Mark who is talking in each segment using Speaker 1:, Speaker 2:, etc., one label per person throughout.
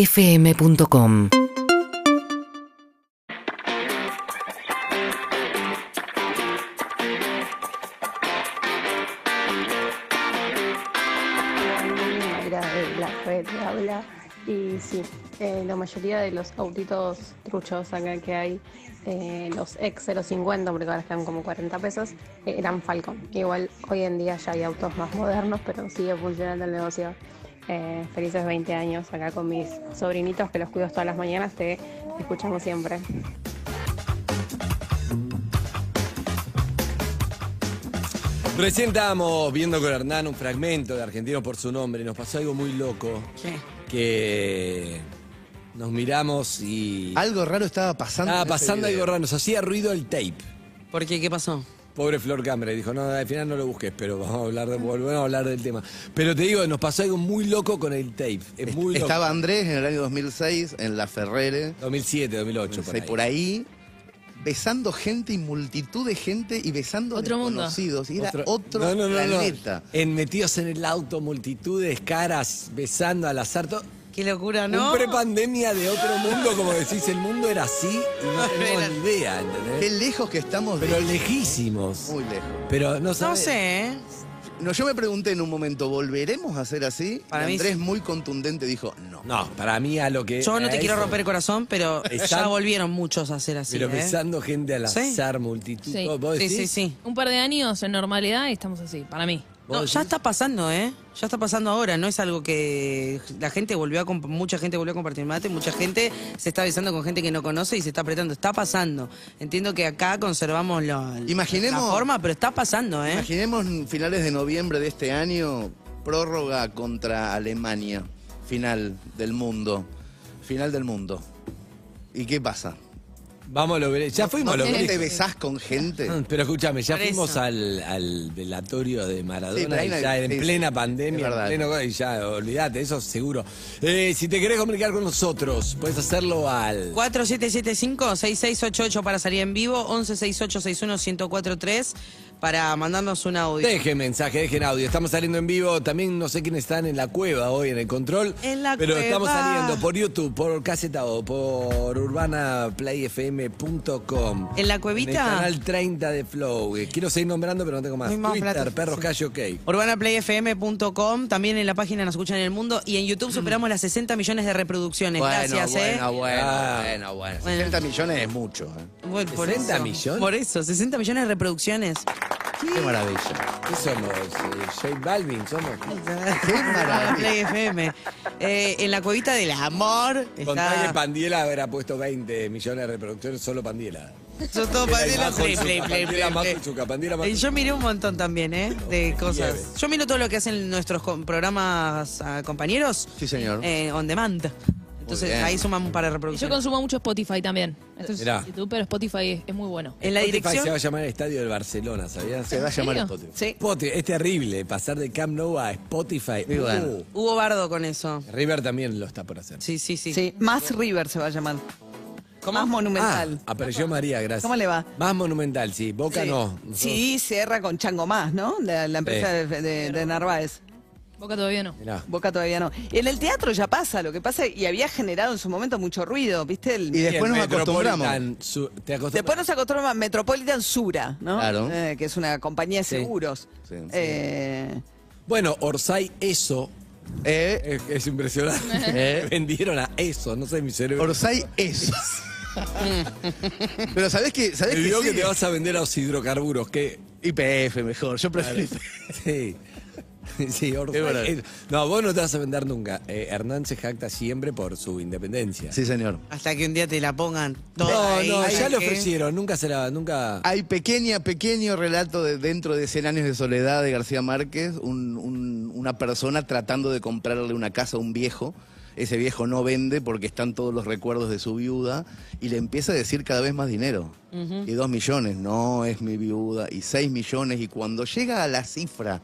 Speaker 1: urbanaplayfm.com
Speaker 2: Era de la red de habla y sí, eh, la mayoría de los autitos truchos acá que hay, eh, los ex 050, porque ahora están como 40 pesos, eh, eran Falcon. Igual hoy en día ya hay autos más modernos, pero sigue funcionando el negocio. Eh, felices 20 años acá con mis sobrinitos que los cuido todas las mañanas, te escuchamos siempre.
Speaker 3: Recién estábamos viendo con Hernán un fragmento de Argentino por su nombre. Nos pasó algo muy loco. Que nos miramos y.
Speaker 4: Algo raro estaba pasando.
Speaker 3: Estaba
Speaker 4: en ese
Speaker 3: pasando
Speaker 4: video.
Speaker 3: algo raro. Nos hacía ruido el tape.
Speaker 5: ¿Por qué? ¿Qué pasó?
Speaker 3: Pobre Flor Cámara, y dijo, no, al final no lo busques, pero vamos a hablar de, volvemos a hablar del tema. Pero te digo, nos pasó algo muy loco con el tape. Es muy loco.
Speaker 4: Estaba Andrés en el año 2006 en La Ferrere,
Speaker 3: 2007, 2008, por ahí.
Speaker 4: por ahí, besando gente y multitud de gente y besando
Speaker 5: Otro mundo.
Speaker 4: desconocidos. Y era otro,
Speaker 3: No, no, no, no.
Speaker 4: planeta.
Speaker 3: En, metidos en el auto, multitudes, caras, besando al azar. to-
Speaker 5: Qué locura, ¿no?
Speaker 3: Un prepandemia de otro mundo, como decís, el mundo era así y no
Speaker 5: No,
Speaker 3: tenemos
Speaker 5: era-
Speaker 3: ni idea, ¿entendés?
Speaker 4: Qué lejos que estamos de...
Speaker 3: Pero lejísimos.
Speaker 4: Muy lejos.
Speaker 3: Pero no,
Speaker 5: No
Speaker 3: sabés.
Speaker 5: sé, ¿eh?
Speaker 4: No, yo me pregunté en un momento, ¿volveremos a hacer así?
Speaker 5: Para
Speaker 4: y
Speaker 5: mí
Speaker 4: Andrés
Speaker 5: sí.
Speaker 4: muy contundente dijo, no.
Speaker 3: No, para mí a lo que.
Speaker 5: Yo no
Speaker 3: Eh, a
Speaker 5: te quiero
Speaker 3: eso.
Speaker 5: romper el corazón, pero ya
Speaker 3: Están-
Speaker 5: volvieron muchos a hacer así.
Speaker 3: Pero
Speaker 5: ¿eh?
Speaker 3: besando gente al
Speaker 5: Sí.
Speaker 3: azar, multitud.
Speaker 6: Sí.
Speaker 3: ¿Vos
Speaker 5: Sí,
Speaker 3: decís?
Speaker 5: sí, sí.
Speaker 6: Un par de años en normalidad y estamos así, para mí.
Speaker 3: ¿Vos
Speaker 5: No, ya
Speaker 3: decís?
Speaker 5: está pasando, ¿eh? Ya está pasando ahora, no es algo que la gente volvió a comp- mucha gente volvió a compartir mate, mucha gente se está besando con gente que no conoce y se está apretando, está pasando. Entiendo que acá conservamos la,
Speaker 4: Imaginemos-
Speaker 5: la forma, pero está pasando, ¿eh?
Speaker 4: Imaginemos finales de noviembre de este año, prórroga contra Alemania, final del mundo, final del mundo. ¿Y qué pasa?
Speaker 3: Vamos a lo ver. Ya fuimos
Speaker 4: ¿No,
Speaker 3: a lo
Speaker 4: no
Speaker 3: ver.
Speaker 4: te besás con gente?
Speaker 3: Mm, Pero escúchame, ya
Speaker 5: Por
Speaker 3: fuimos
Speaker 5: eso.
Speaker 3: al, al velatorio de
Speaker 4: Sí,
Speaker 3: Maradona
Speaker 4: pero ahí
Speaker 3: y
Speaker 4: no hay-
Speaker 3: ya en
Speaker 4: sí,
Speaker 3: plena
Speaker 4: sí, es
Speaker 3: pandemia, en
Speaker 4: verdad.
Speaker 3: pleno co- y ya, olvídate, eso seguro. Eh, si te querés comunicar con nosotros, puedes hacerlo al
Speaker 5: 4775-6688 para salir en vivo, 116861-1043 para mandarnos un audio.
Speaker 3: Dejen mensaje, dejen audio. Estamos saliendo en vivo. También no sé quiénes están en la cueva hoy, en el control.
Speaker 5: En la
Speaker 3: pero estamos
Speaker 5: cueva.
Speaker 3: saliendo por YouTube, por Caseta O, por urbanaplayfm.com.
Speaker 5: ¿En la cuevita?
Speaker 3: En el canal 30 de Flow. Eh, Quiero seguir nombrando, pero no tengo más.
Speaker 5: No hay más
Speaker 3: Twitter,
Speaker 5: plata.
Speaker 3: Perros
Speaker 5: Sí.
Speaker 3: Calle OK.
Speaker 5: UrbanaPlayFM.com, también en la página Nos Escuchan en el Mundo y en YouTube superamos las 60 millones de reproducciones. Gracias, ¿eh?
Speaker 4: Mm. bueno, bueno,
Speaker 3: Ah.
Speaker 4: bueno, bueno.
Speaker 5: Bueno.
Speaker 4: 60 millones es mucho. ¿eh?
Speaker 5: Bueno, por
Speaker 3: 60
Speaker 5: eso.
Speaker 3: millones.
Speaker 5: Por eso, 60 millones de reproducciones.
Speaker 4: Qué maravilla.
Speaker 3: ¿Qué somos? Eh, J Balvin, somos.
Speaker 4: maravilla.
Speaker 5: Play FM. Eh, en la cuevita del amor.
Speaker 3: Contá que
Speaker 5: Está...
Speaker 3: Pandiela habrá puesto 20 millones de reproducciones solo Pandiela.
Speaker 5: Son todo pandela,
Speaker 3: Bajo
Speaker 5: play,
Speaker 3: el
Speaker 5: play,
Speaker 3: Zucca,
Speaker 5: play,
Speaker 3: pandela
Speaker 5: play,
Speaker 3: más
Speaker 5: play.
Speaker 3: el Zucca, pandela más
Speaker 5: Eh,
Speaker 3: el
Speaker 5: Yo miré un montón también, ¿eh? De
Speaker 3: nieve.
Speaker 5: cosas. Yo miro todo lo que hacen nuestros com- programas ah, compañeros.
Speaker 4: Sí, señor.
Speaker 5: eh, on demand. Entonces
Speaker 4: bien.
Speaker 5: ahí sumamos un par de
Speaker 6: Y yo
Speaker 5: reproducciones.
Speaker 6: consumo mucho Spotify también. Esto es
Speaker 3: Mirá. Eh,
Speaker 6: YouTube, pero Spotify es, es muy bueno.
Speaker 5: En la
Speaker 3: Spotify se va
Speaker 5: dirección.
Speaker 3: a llamar Estadio del Barcelona, ¿sabías?
Speaker 4: Se va a llamar
Speaker 6: serio?
Speaker 4: Spotify.
Speaker 5: Sí.
Speaker 3: Spotify, es terrible pasar de Camp Nou a Spotify.
Speaker 4: Y bueno.
Speaker 3: Uh,
Speaker 5: Hubo bardo con eso.
Speaker 3: River también lo está por hacer.
Speaker 5: Sí, sí, sí.
Speaker 7: Sí, más River se va a llamar. Más monumental.
Speaker 3: Ah, apareció María, gracias.
Speaker 7: ¿Cómo le va?
Speaker 3: Más monumental, sí. Boca
Speaker 7: Sí.
Speaker 3: no.
Speaker 7: Sí, cierra con Chango Más, ¿no? La, la empresa
Speaker 3: Sí.
Speaker 7: de, de- de Narváez.
Speaker 6: Boca todavía no.
Speaker 3: Mirá.
Speaker 7: Boca todavía no. En el teatro ya pasa, lo que pasa, y había generado en su momento mucho ruido, ¿viste? El-
Speaker 4: Y después
Speaker 3: el
Speaker 4: nos acostumbramos.
Speaker 3: Metropolitan, su- te acostumbras.
Speaker 7: Después nos acostumbramos a Metropolitan Sura, ¿no?
Speaker 4: Claro.
Speaker 7: Eh, que es una compañía de
Speaker 3: Sí.
Speaker 7: seguros.
Speaker 4: Sí, sí.
Speaker 7: Eh,
Speaker 3: Bueno, Orsay Eso.
Speaker 4: Eh,
Speaker 3: Es, es impresionante. Vendieron a Eso, no sé mi cerebro.
Speaker 4: Orsay es. Pero sabés que. ¿sabés
Speaker 3: Me vio
Speaker 4: que
Speaker 3: que
Speaker 4: sí?
Speaker 3: te vas a vender a los hidrocarburos, que
Speaker 4: YPF mejor. Yo prefiero. YPF.
Speaker 3: Sí. Sí, Orsay
Speaker 4: Es verdad.
Speaker 3: Eso. No, vos no te vas a vender nunca. Eh, Hernán se jacta siempre por su independencia.
Speaker 4: Sí, señor.
Speaker 5: Hasta que un día te la pongan toda
Speaker 3: No,
Speaker 5: ahí,
Speaker 3: no,
Speaker 5: ¿sabes
Speaker 3: ya le
Speaker 5: qué?
Speaker 3: ofrecieron, nunca se la, nunca.
Speaker 4: Hay pequeña, pequeño relato de dentro de 100 años de soledad de García Márquez, un- un- una persona tratando de comprarle una casa a un viejo. Ese viejo no vende porque están todos los recuerdos de su viuda y le empieza a decir cada vez más dinero. Y dos millones, no es mi viuda, y seis millones. Y cuando llega a la cifra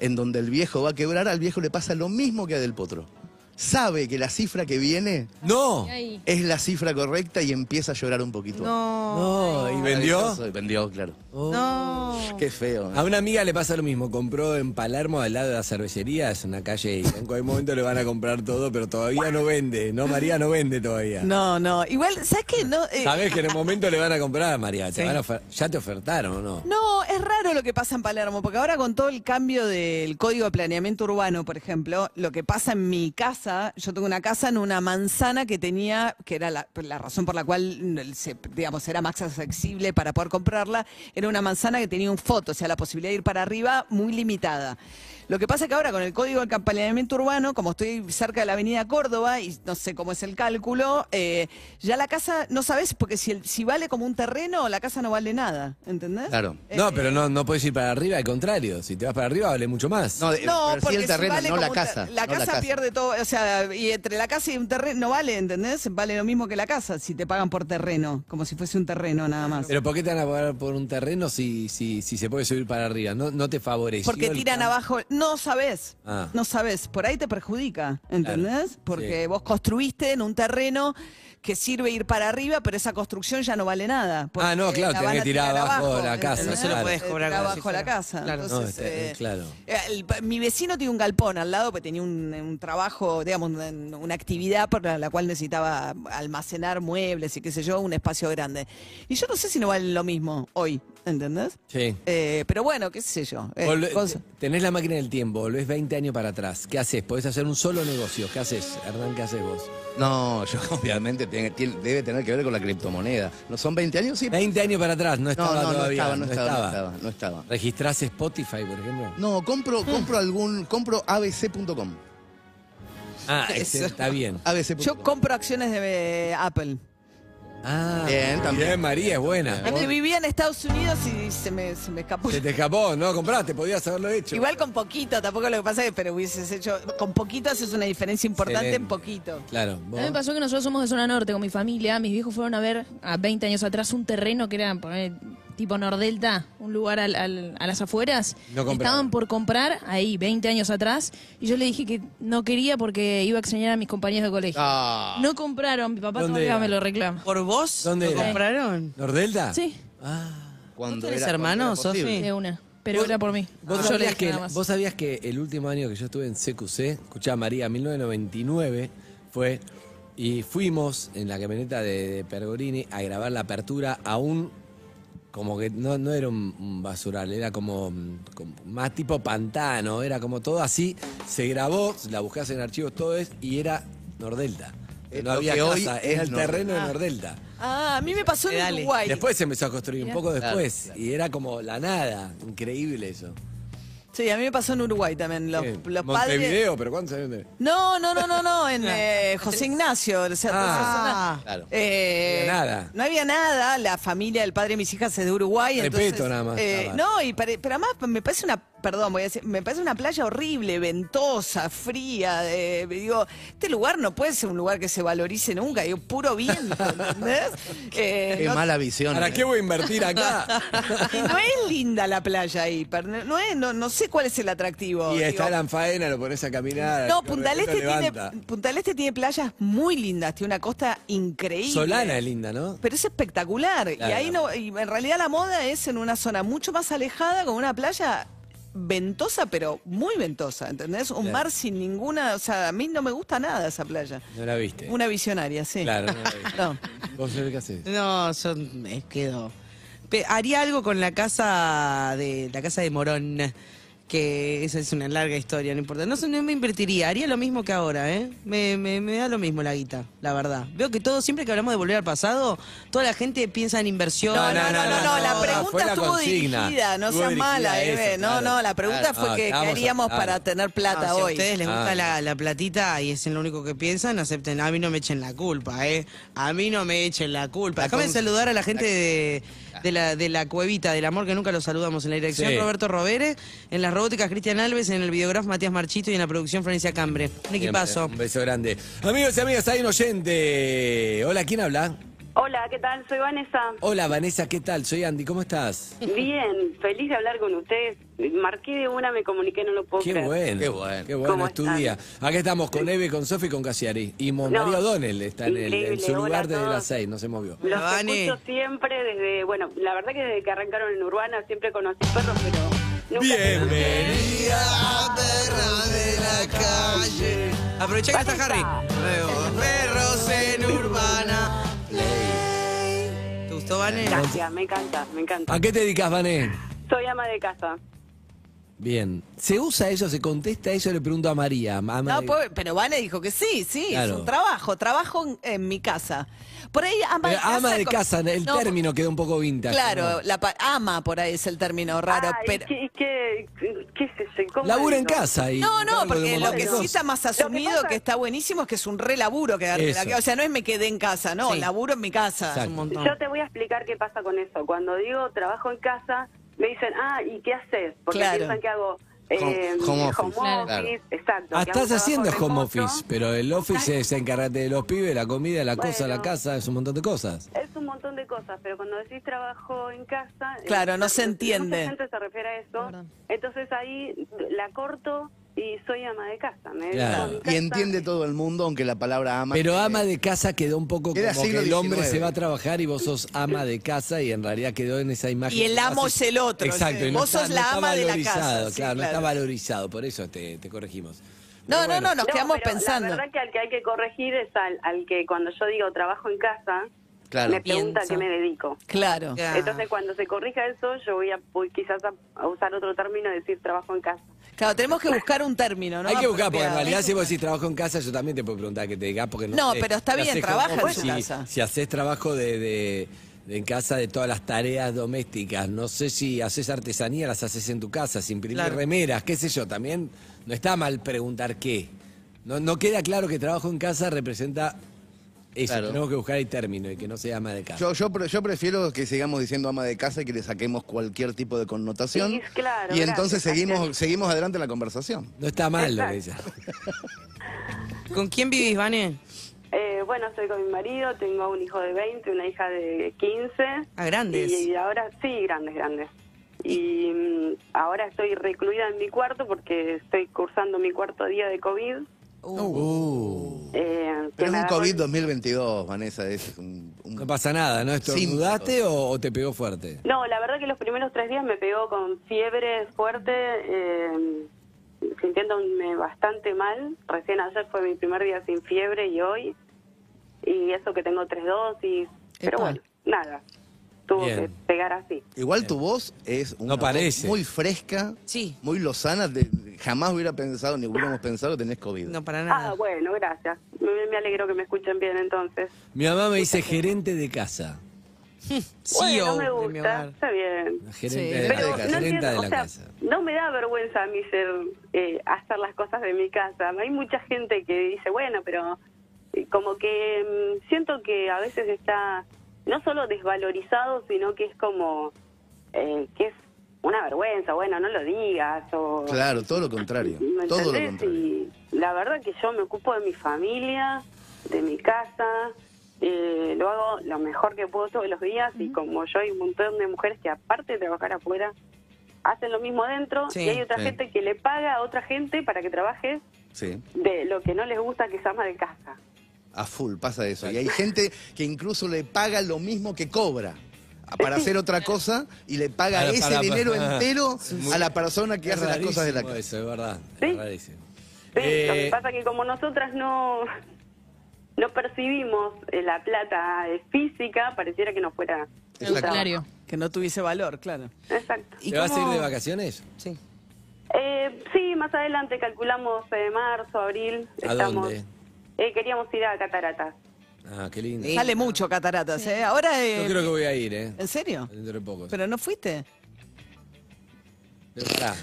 Speaker 4: en donde el viejo va a quebrar, al viejo le pasa lo mismo que a Del Potro. sabe que la cifra que viene
Speaker 3: No.
Speaker 6: Y ahí.
Speaker 4: es la cifra correcta y empieza a llorar un poquito.
Speaker 5: No.
Speaker 3: No, ¿y vendió?
Speaker 4: Maravilloso, Vendió, claro.
Speaker 5: No.
Speaker 4: Qué feo. ¿eh?
Speaker 3: A una amiga le pasa lo mismo, compró en Palermo al lado de la cervecería, es una calle y en cualquier momento le van a comprar todo, pero todavía no vende, no María no vende todavía.
Speaker 7: No, no. Igual, ¿sabes qué? No, eh,
Speaker 3: Sabés que en el momento le van a comprar María, te van a ofer- ya te ofertaron o no.
Speaker 7: No, es raro lo que pasa en Palermo, porque ahora con todo el cambio del código de planeamiento urbano, por ejemplo, lo que pasa en mi casa, yo tengo una casa en una manzana que tenía, que era la, la razón por la cual, mm, se- digamos, era más accesible para poder comprarla, era una manzana que tenía un foto, o sea, la posibilidad de ir para arriba muy limitada. Lo que pasa es que ahora con el código de planeamiento urbano, como estoy cerca de la avenida Córdoba y no sé cómo es el cálculo, eh, ya la casa, no sabes, porque si, el- si vale como un terreno, la casa no vale nada, ¿entendés?
Speaker 4: Claro.
Speaker 3: No, pero no, no puedes ir para arriba, al contrario, si te vas para arriba vale mucho más.
Speaker 4: No, de-
Speaker 7: No,
Speaker 4: pero sí
Speaker 7: porque
Speaker 4: el
Speaker 7: si
Speaker 4: terreno,
Speaker 7: vale
Speaker 4: no
Speaker 7: como
Speaker 4: la
Speaker 7: un ter-
Speaker 4: casa.
Speaker 7: La
Speaker 4: no
Speaker 7: casa pierde todo, o sea, y entre la casa y un terreno no vale, ¿entendés? Vale lo mismo que la casa si te pagan por terreno, como si fuese un terreno nada más.
Speaker 3: Pero ¿por qué te van a pagar por un terreno si, si, si se puede subir para arriba? No, no te favorece.
Speaker 7: Porque tiran abajo, no sabes,
Speaker 3: Ah.
Speaker 7: no sabes, por ahí te perjudica, ¿entendés? Porque
Speaker 3: sí.
Speaker 7: vos construiste en un terreno que sirve ir para arriba, pero esa construcción ya no vale nada. porque
Speaker 3: Ah, no, claro,
Speaker 7: la
Speaker 3: tenés
Speaker 7: van
Speaker 3: que
Speaker 7: a
Speaker 3: tirar abajo la casa,
Speaker 7: ¿entendés?
Speaker 3: No se lo claro. podés
Speaker 7: Tirar
Speaker 5: cobrar como si
Speaker 7: abajo la
Speaker 5: fuera-
Speaker 7: casa.
Speaker 5: claro.
Speaker 3: No,
Speaker 7: Entonces,
Speaker 3: está-
Speaker 7: eh,
Speaker 3: claro.
Speaker 7: el- mi vecino tiene un galpón al lado, porque tenía un, un trabajo, digamos, un- una actividad por la, la cual necesitaba almacenar muebles y qué sé yo, un espacio grande. Y yo no sé si no vale lo mismo hoy, ¿entendés?
Speaker 3: Sí.
Speaker 7: Eh, pero bueno, qué sé yo. eh,
Speaker 3: Volve-
Speaker 7: cosa-
Speaker 3: tenés la máquina del tiempo, volvés 20 años para atrás. ¿Qué haces? Podés hacer un solo negocio. ¿Qué haces, Hernán? ¿Qué haces vos?
Speaker 4: No, yo obviamente tiene- tiene- debe tener que ver con la criptomoneda. ¿No son 20 años? Sí.
Speaker 3: 20 años para atrás, no
Speaker 4: No,
Speaker 3: estaba
Speaker 4: no, no
Speaker 3: todavía.
Speaker 4: estaba, no estaba, no estaba, no estaba.
Speaker 3: ¿Registrás Spotify, por ejemplo?
Speaker 4: No,
Speaker 7: Ah.
Speaker 4: compro, compro algún, compro abc.com.
Speaker 3: Ah, ese- está bien.
Speaker 4: abc.com.
Speaker 7: Yo compro acciones de eh, Apple.
Speaker 3: Ah,
Speaker 4: Bien, también.
Speaker 3: Bien, María, es buena.
Speaker 7: Antes vivía en Estados Unidos y se me, se me escapó.
Speaker 3: Ah, Se te escapó, no compraste, podías haberlo hecho.
Speaker 7: Igual con poquito, tampoco lo que pasa es que pero hubieses hecho. Con poquito haces una diferencia importante en
Speaker 3: Excelente.
Speaker 7: poquito.
Speaker 3: Claro, vos.
Speaker 6: A mí me pasó que nosotros somos de zona norte con mi familia. Mis viejos fueron a ver a 20 años atrás un terreno que era poner, tipo Nordelta, un lugar al- al- a las afueras.
Speaker 3: No compraron.
Speaker 6: Estaban por comprar ahí 20 años atrás y yo le dije que no quería porque iba a extrañar a mis compañeros de colegio.
Speaker 4: Ah.
Speaker 6: No compraron, mi papá
Speaker 3: ¿Dónde
Speaker 6: todavía
Speaker 3: era? Ah.
Speaker 6: me lo reclama.
Speaker 5: ¿Por vos
Speaker 3: ¿Dónde
Speaker 5: lo
Speaker 3: era?
Speaker 5: compraron?
Speaker 3: ¿Nordelta?
Speaker 6: Sí,
Speaker 4: Cuando
Speaker 5: tenés
Speaker 4: era- cuando
Speaker 5: hermanos,
Speaker 4: era posible.
Speaker 5: Sofi?
Speaker 6: de una. Pero era por mí.
Speaker 3: ¿Vos,
Speaker 6: Ah, yo le
Speaker 3: sabías
Speaker 6: dije
Speaker 3: que,
Speaker 6: nada más.
Speaker 3: vos sabías que el último año que yo estuve en CQC, escuchá María, 1999 fue, y fuimos en la camioneta de, de Pergolini a grabar la apertura a un, como que no, no era un, un basural, era como, mm, como más tipo pantano, era como todo así, se grabó, la buscás en archivos todo es, y era Nordelta.
Speaker 4: Eh,
Speaker 3: No
Speaker 4: lo
Speaker 3: había
Speaker 4: que hoy
Speaker 3: casa,
Speaker 4: es
Speaker 3: era el
Speaker 4: Nordelta.
Speaker 3: terreno de Nordelta.
Speaker 7: Ah, a mí me pasó en
Speaker 5: Dale.
Speaker 6: Ah,
Speaker 7: Uruguay.
Speaker 3: Después se empezó a construir, un poco
Speaker 4: Claro,
Speaker 3: después,
Speaker 4: claro.
Speaker 3: y era como la nada, increíble eso.
Speaker 7: Sí, a mí me pasó en Uruguay también. Los,
Speaker 3: Eh,
Speaker 7: los
Speaker 3: Montevideo,
Speaker 7: padres.
Speaker 3: pero ¿cuántos años tenés?
Speaker 7: No, no, no, no, no.
Speaker 3: Ah.
Speaker 7: En eh, José Ignacio. o sea, toda esa zona.
Speaker 5: Ah.
Speaker 4: Claro.
Speaker 7: Eh,
Speaker 3: No había nada.
Speaker 7: No había nada. La familia del padre de mis hijas es de Uruguay.
Speaker 3: Respeto
Speaker 7: entonces,
Speaker 3: nada más, nada
Speaker 7: eh,
Speaker 3: más.
Speaker 7: no, y pare- pero además me parece una. Perdón, voy a decir. Me parece una playa horrible, ventosa, fría. eh, digo, este lugar no puede ser un lugar que se valorice nunca. Digo, puro viento, ¿entendés? Eh,
Speaker 4: Qué
Speaker 7: no-
Speaker 4: mala visión.
Speaker 3: ¿Para
Speaker 4: eh.
Speaker 3: qué voy a invertir acá?
Speaker 7: y no es linda la playa ahí. per- No, es, no, no sé cuál es el atractivo.
Speaker 3: y
Speaker 7: digo.
Speaker 3: está la faena, lo pones a caminar.
Speaker 7: No,
Speaker 3: el
Speaker 7: Punta del
Speaker 3: correcto
Speaker 7: Este, tiene,
Speaker 3: levanta.
Speaker 7: Punta del Este tiene playas muy lindas, tiene una costa increíble.
Speaker 3: Solana es linda, ¿no?
Speaker 7: Pero es espectacular.
Speaker 3: Claro.
Speaker 7: Y ahí no, y en realidad la moda es en una zona mucho más alejada, con una playa ventosa, pero muy ventosa, ¿entendés? Un
Speaker 3: Claro.
Speaker 7: mar sin ninguna, o sea, a mí no me gusta nada esa playa.
Speaker 3: No la viste.
Speaker 7: Una visionaria, sí.
Speaker 3: Claro, no la viste.
Speaker 7: No.
Speaker 3: ¿Vos sabés qué haces?
Speaker 5: No, yo me quedo. Pe- haría algo con la casa de la casa de Morón, que esa es una larga historia, no importa. No, sé, no me invertiría, haría lo mismo que ahora, ¿eh? Me, me- me da lo mismo la guita, la verdad. Veo que todo, siempre que hablamos de volver al pasado, toda la gente piensa en inversión. Ah,
Speaker 7: No, no, no, no, no, la
Speaker 3: no,
Speaker 7: pregunta
Speaker 3: fue la
Speaker 7: estuvo
Speaker 3: consigna.
Speaker 7: dirigida, no
Speaker 3: Estuvo
Speaker 7: seas
Speaker 3: dirigida
Speaker 7: mala,
Speaker 3: a eso,
Speaker 7: Eve. No,
Speaker 3: claro.
Speaker 7: no, la pregunta
Speaker 3: Claro.
Speaker 7: fue
Speaker 3: Ah,
Speaker 7: que, ¿qué
Speaker 3: estábamos-
Speaker 7: haríamos
Speaker 3: claro.
Speaker 7: para tener
Speaker 5: No,
Speaker 7: plata
Speaker 5: si
Speaker 7: hoy.
Speaker 5: a ustedes les gusta
Speaker 3: Ah.
Speaker 5: la, la platita y es en lo único que piensan, acepten. A mí no me echen la culpa, ¿eh? A mí no me echen la culpa.
Speaker 4: La
Speaker 5: Déjame
Speaker 4: con-
Speaker 5: saludar a la gente de, de la, de la cuevita del amor, que nunca lo saludamos. En la dirección
Speaker 3: Sí.
Speaker 5: Roberto Roberes, en las robóticas Cristian Alves, en el videógrafo Matías Marchito y en la producción Florencia Cambre. Un
Speaker 3: Siempre.
Speaker 5: equipazo.
Speaker 3: Un beso grande. Amigos y amigas, hay un oyente. Hola, ¿quién habla?
Speaker 1: Hola, ¿qué tal? Soy Vanessa.
Speaker 3: Hola Vanessa, ¿qué tal? Soy Andy, ¿cómo estás?
Speaker 1: Bien, feliz de hablar con ustedes. Marqué de una, me comuniqué, no lo puedo
Speaker 3: Qué
Speaker 1: creer.
Speaker 3: bueno,
Speaker 4: Qué bueno.
Speaker 3: qué bueno
Speaker 1: ¿Cómo
Speaker 3: es tu
Speaker 1: están?
Speaker 3: día. Aquí estamos con Eve, con Sofi y con Casiari. Y Mon-
Speaker 1: No,
Speaker 3: María O'Donnell está en, el, en su
Speaker 1: increíble, hola
Speaker 3: lugar
Speaker 1: a
Speaker 3: desde
Speaker 1: todos.
Speaker 3: las 6, no se movió.
Speaker 1: Los
Speaker 5: Vane.
Speaker 1: escucho siempre desde, bueno, la verdad que desde que arrancaron en Urbana siempre conocí perros, pero nunca...
Speaker 5: Bienvenida, perra de la calle. Aprovecha que está Harry. Nuevos perros en Urbana. Play. ¿Te gustó, Vane?
Speaker 1: Gracias, me encanta, me encanta.
Speaker 3: ¿A qué te dedicas, Vané?
Speaker 1: Soy ama de casa.
Speaker 3: Bien. ¿Se usa eso? ¿Se contesta eso? Le pregunto a María. Ama-
Speaker 7: No, pobre- pero Vane dijo que sí, sí,
Speaker 3: Claro.
Speaker 7: es un trabajo, trabajo en, en mi casa. Por ahí ama
Speaker 3: Pero
Speaker 7: de casa.
Speaker 3: ama de
Speaker 7: co-
Speaker 3: casa, el
Speaker 7: No,
Speaker 3: término quedó un poco vintage.
Speaker 7: Claro,
Speaker 3: ¿no?
Speaker 7: la pa- ama por ahí es el término raro,
Speaker 1: Ah, ¿y
Speaker 7: pero...
Speaker 1: qué, y qué, qué es ese? ¿Cómo
Speaker 3: Labura
Speaker 1: es
Speaker 3: en
Speaker 1: eso?
Speaker 3: casa. Y
Speaker 7: No,
Speaker 3: algo
Speaker 7: no,
Speaker 3: de
Speaker 7: porque lo que
Speaker 3: momentos.
Speaker 7: sí está más
Speaker 1: Lo que
Speaker 7: asumido que,
Speaker 1: pasa-
Speaker 7: está buenísimo es que es un re laburo quedarme en la
Speaker 3: Eso.
Speaker 7: ca- O sea, no es me quedé en casa, no,
Speaker 5: Sí.
Speaker 7: laburo en mi casa.
Speaker 5: Es un montón.
Speaker 1: Yo te voy a explicar qué pasa con eso. Cuando digo trabajo en casa, me dicen, ah, ¿y qué haces? Porque
Speaker 7: Claro.
Speaker 1: piensan que hago
Speaker 4: Home-
Speaker 1: eh,
Speaker 4: home
Speaker 1: home
Speaker 4: office.
Speaker 1: office.
Speaker 4: Claro.
Speaker 1: Exacto.
Speaker 3: Ah,
Speaker 1: que
Speaker 3: estás
Speaker 1: hago trabajo
Speaker 3: haciendo home
Speaker 1: remoto.
Speaker 3: office, pero el office es encargarte de los pibes, la comida, la cosa,
Speaker 1: Bueno.
Speaker 3: la casa, es un montón de cosas.
Speaker 1: Es un montón de cosas, pero cuando decís trabajo en casa...
Speaker 7: Claro,
Speaker 1: eh,
Speaker 7: no se
Speaker 1: mucha
Speaker 7: entiende.
Speaker 1: gente se refiere a eso.
Speaker 6: verdad.
Speaker 1: Entonces ahí la corto y soy ama de casa. Me dedico a
Speaker 3: Claro.
Speaker 1: mi
Speaker 4: Y
Speaker 1: casa.
Speaker 4: entiende todo el mundo, aunque la palabra ama.
Speaker 3: Pero ama de casa quedó un poco
Speaker 4: Era
Speaker 3: como que
Speaker 4: siglo
Speaker 3: el hombre
Speaker 4: XIX.
Speaker 3: se va a trabajar y vos sos ama de casa y en realidad quedó en esa imagen.
Speaker 7: Y el amo
Speaker 3: Así-
Speaker 7: es el otro,
Speaker 3: Exacto.
Speaker 7: sí.
Speaker 3: y
Speaker 7: Vos sos la ama de la casa,
Speaker 3: valorizado,
Speaker 7: sí,
Speaker 3: claro, no está
Speaker 7: claro.
Speaker 3: valorizado, por eso te, te corregimos.
Speaker 7: No,
Speaker 3: Pero
Speaker 7: no, no,
Speaker 3: bueno.
Speaker 7: nos quedamos
Speaker 1: pero
Speaker 7: pensando.
Speaker 1: La verdad que al que hay que corregir es al, al que cuando yo digo trabajo en casa,
Speaker 4: Claro.
Speaker 1: me pregunta a
Speaker 5: Piensa.
Speaker 1: qué me dedico.
Speaker 7: Claro.
Speaker 5: Ya.
Speaker 1: Entonces cuando se corrija eso, yo voy a voy quizás a, a usar otro término y decir trabajo en casa.
Speaker 7: Claro, tenemos que buscar un término, ¿no?
Speaker 3: Hay que buscar, porque en
Speaker 7: Apropiado.
Speaker 3: realidad si vos decís trabajo en casa, yo también te puedo preguntar que te digas, porque no
Speaker 7: No,
Speaker 3: sé,
Speaker 7: pero está
Speaker 3: si
Speaker 7: bien,
Speaker 3: haces
Speaker 7: trabaja
Speaker 3: home
Speaker 7: en
Speaker 3: office,
Speaker 7: su
Speaker 3: si-
Speaker 7: casa.
Speaker 3: Si haces trabajo de, de- de en casa de todas las tareas domésticas, no sé si haces artesanía, las haces en tu casa, si imprimir
Speaker 5: Claro.
Speaker 3: remeras, qué sé yo, también no está mal preguntar qué. No, no queda claro que trabajo en casa representa eso,
Speaker 4: Claro.
Speaker 3: tenemos que buscar el término y que no se llama de casa.
Speaker 4: Yo, yo, pre- yo prefiero que sigamos diciendo ama de casa y que le saquemos cualquier tipo de connotación.
Speaker 1: Sí, claro,
Speaker 4: y entonces
Speaker 1: gracias,
Speaker 4: seguimos,
Speaker 1: gracias.
Speaker 4: seguimos adelante en la conversación.
Speaker 3: no está mal lo que dice.
Speaker 5: ¿Con quién vivís, Vane?
Speaker 1: Eh, bueno, estoy con mi marido, tengo un hijo de 20, una hija de 15.
Speaker 5: Ah, grandes.
Speaker 1: Y ahora sí, grandes, grandes. Y mm, ahora estoy recluida en mi cuarto porque estoy cursando mi cuarto día de COVID.
Speaker 3: Uh,
Speaker 1: eh, que
Speaker 4: Pero es
Speaker 1: me
Speaker 4: un
Speaker 1: agarró
Speaker 4: COVID
Speaker 1: el-
Speaker 4: 2022, Vanessa. Es un, un-
Speaker 3: no pasa nada, ¿no? ¿Estornudaste o, o te pegó fuerte?
Speaker 1: No, la verdad que los primeros tres días me pegó con fiebre fuerte, eh, sintiéndome bastante mal. Recién ayer fue mi primer día sin fiebre y hoy. Y eso que tengo tres dosis. Pero
Speaker 5: Epa.
Speaker 1: bueno, nada. Tuvo
Speaker 3: Bien.
Speaker 1: que pegar así.
Speaker 4: Igual tu voz es una
Speaker 3: Eh, No parece.
Speaker 4: voz muy fresca,
Speaker 5: Sí.
Speaker 4: muy lozana. de- jamás hubiera pensado, ni hubiéramos pensado que tenés COVID.
Speaker 5: No, para
Speaker 1: Ah,
Speaker 5: nada.
Speaker 1: bueno, gracias. Me, me alegro que me escuchen bien entonces.
Speaker 3: Mi mamá me dice gerente de casa.
Speaker 1: bueno,
Speaker 5: CEO
Speaker 1: me
Speaker 5: de mi
Speaker 1: gusta,
Speaker 5: hogar.
Speaker 1: está bien.
Speaker 3: La gerente
Speaker 7: Sí.
Speaker 3: de la,
Speaker 1: Pero
Speaker 3: casa,
Speaker 1: no,
Speaker 3: gerenta
Speaker 1: entiendo,
Speaker 3: de
Speaker 1: o
Speaker 3: la
Speaker 1: sea,
Speaker 3: casa.
Speaker 1: no me da vergüenza a mí ser, eh, hacer las cosas de mi casa. Hay mucha gente que dice, bueno, pero eh, como que mm, siento que a veces está no solo desvalorizado, sino que es como eh, que es una vergüenza, bueno, no lo digas o...
Speaker 4: Claro, todo lo contrario.
Speaker 1: ¿Me
Speaker 4: Todo lo
Speaker 1: entendés?
Speaker 4: contrario.
Speaker 1: Y la verdad que yo me ocupo de mi familia, de mi casa, eh, lo hago lo mejor que puedo todos los días y como yo hay un montón de mujeres que aparte de trabajar afuera, hacen lo mismo dentro
Speaker 5: Sí,
Speaker 1: y hay otra
Speaker 4: sí.
Speaker 1: gente que le paga a otra gente para que trabaje
Speaker 4: Sí.
Speaker 1: de lo que no les gusta que se ama de casa.
Speaker 4: A full, pasa eso. Y hay gente que incluso le paga lo mismo que cobra a- para hacer otra cosa y le paga
Speaker 3: Para-
Speaker 4: ese
Speaker 3: para-
Speaker 4: dinero
Speaker 3: para-
Speaker 4: entero a la persona que
Speaker 3: Es
Speaker 4: hace las cosas de la
Speaker 3: rarísimo
Speaker 4: casa.
Speaker 3: Eso es verdad, es
Speaker 1: ¿Sí?
Speaker 3: rarísimo.
Speaker 1: Sí, lo
Speaker 3: Eh,
Speaker 1: que pasa que como nosotras no no percibimos eh, la plata eh, física, pareciera que no fuera
Speaker 6: El
Speaker 4: Exacto.
Speaker 6: salario.
Speaker 7: Que no tuviese valor, claro.
Speaker 1: Exacto.
Speaker 5: ¿Y
Speaker 3: ¿Te vas a ir
Speaker 5: cómo-
Speaker 3: de vacaciones?
Speaker 5: Sí.
Speaker 1: Eh, sí, más adelante calculamos eh, marzo, abril.
Speaker 3: ¿A dónde?
Speaker 1: Eh, queríamos ir a Cataratas.
Speaker 3: Ah, qué lindo.
Speaker 5: Sí.
Speaker 3: Yo
Speaker 7: Sale mucho cataratas, ¿eh? Ahora, eh,
Speaker 3: creo que voy a ir, ¿eh?
Speaker 7: ¿en serio?
Speaker 3: Dentro de poco.
Speaker 7: ¿Pero no fuiste?
Speaker 3: Pero pará.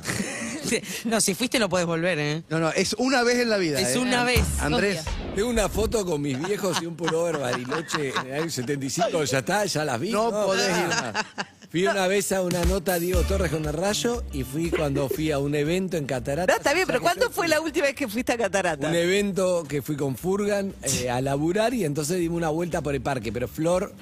Speaker 5: No, si fuiste no podés volver, ¿eh?
Speaker 4: No, no, es una vez en la vida.
Speaker 5: Es
Speaker 4: ¿eh?
Speaker 5: una vez.
Speaker 4: Andrés,
Speaker 3: Tengo una foto con mis viejos y un pullover bariloche en el año 75. Ya está, ya las vi.
Speaker 4: no podés ir
Speaker 3: pará.
Speaker 4: más.
Speaker 3: Fui una vez a una nota a Diego Torres con el rayo y fui cuando fui a un evento en Cataratas.
Speaker 7: No, está bien,
Speaker 3: O sea
Speaker 7: pero
Speaker 3: que
Speaker 7: ¿cuándo
Speaker 3: yo-
Speaker 7: fue la última vez que fuiste a Catarata?
Speaker 3: Un evento que fui con Furgan eh, a laburar y entonces dimos una vuelta por el parque. Pero Flor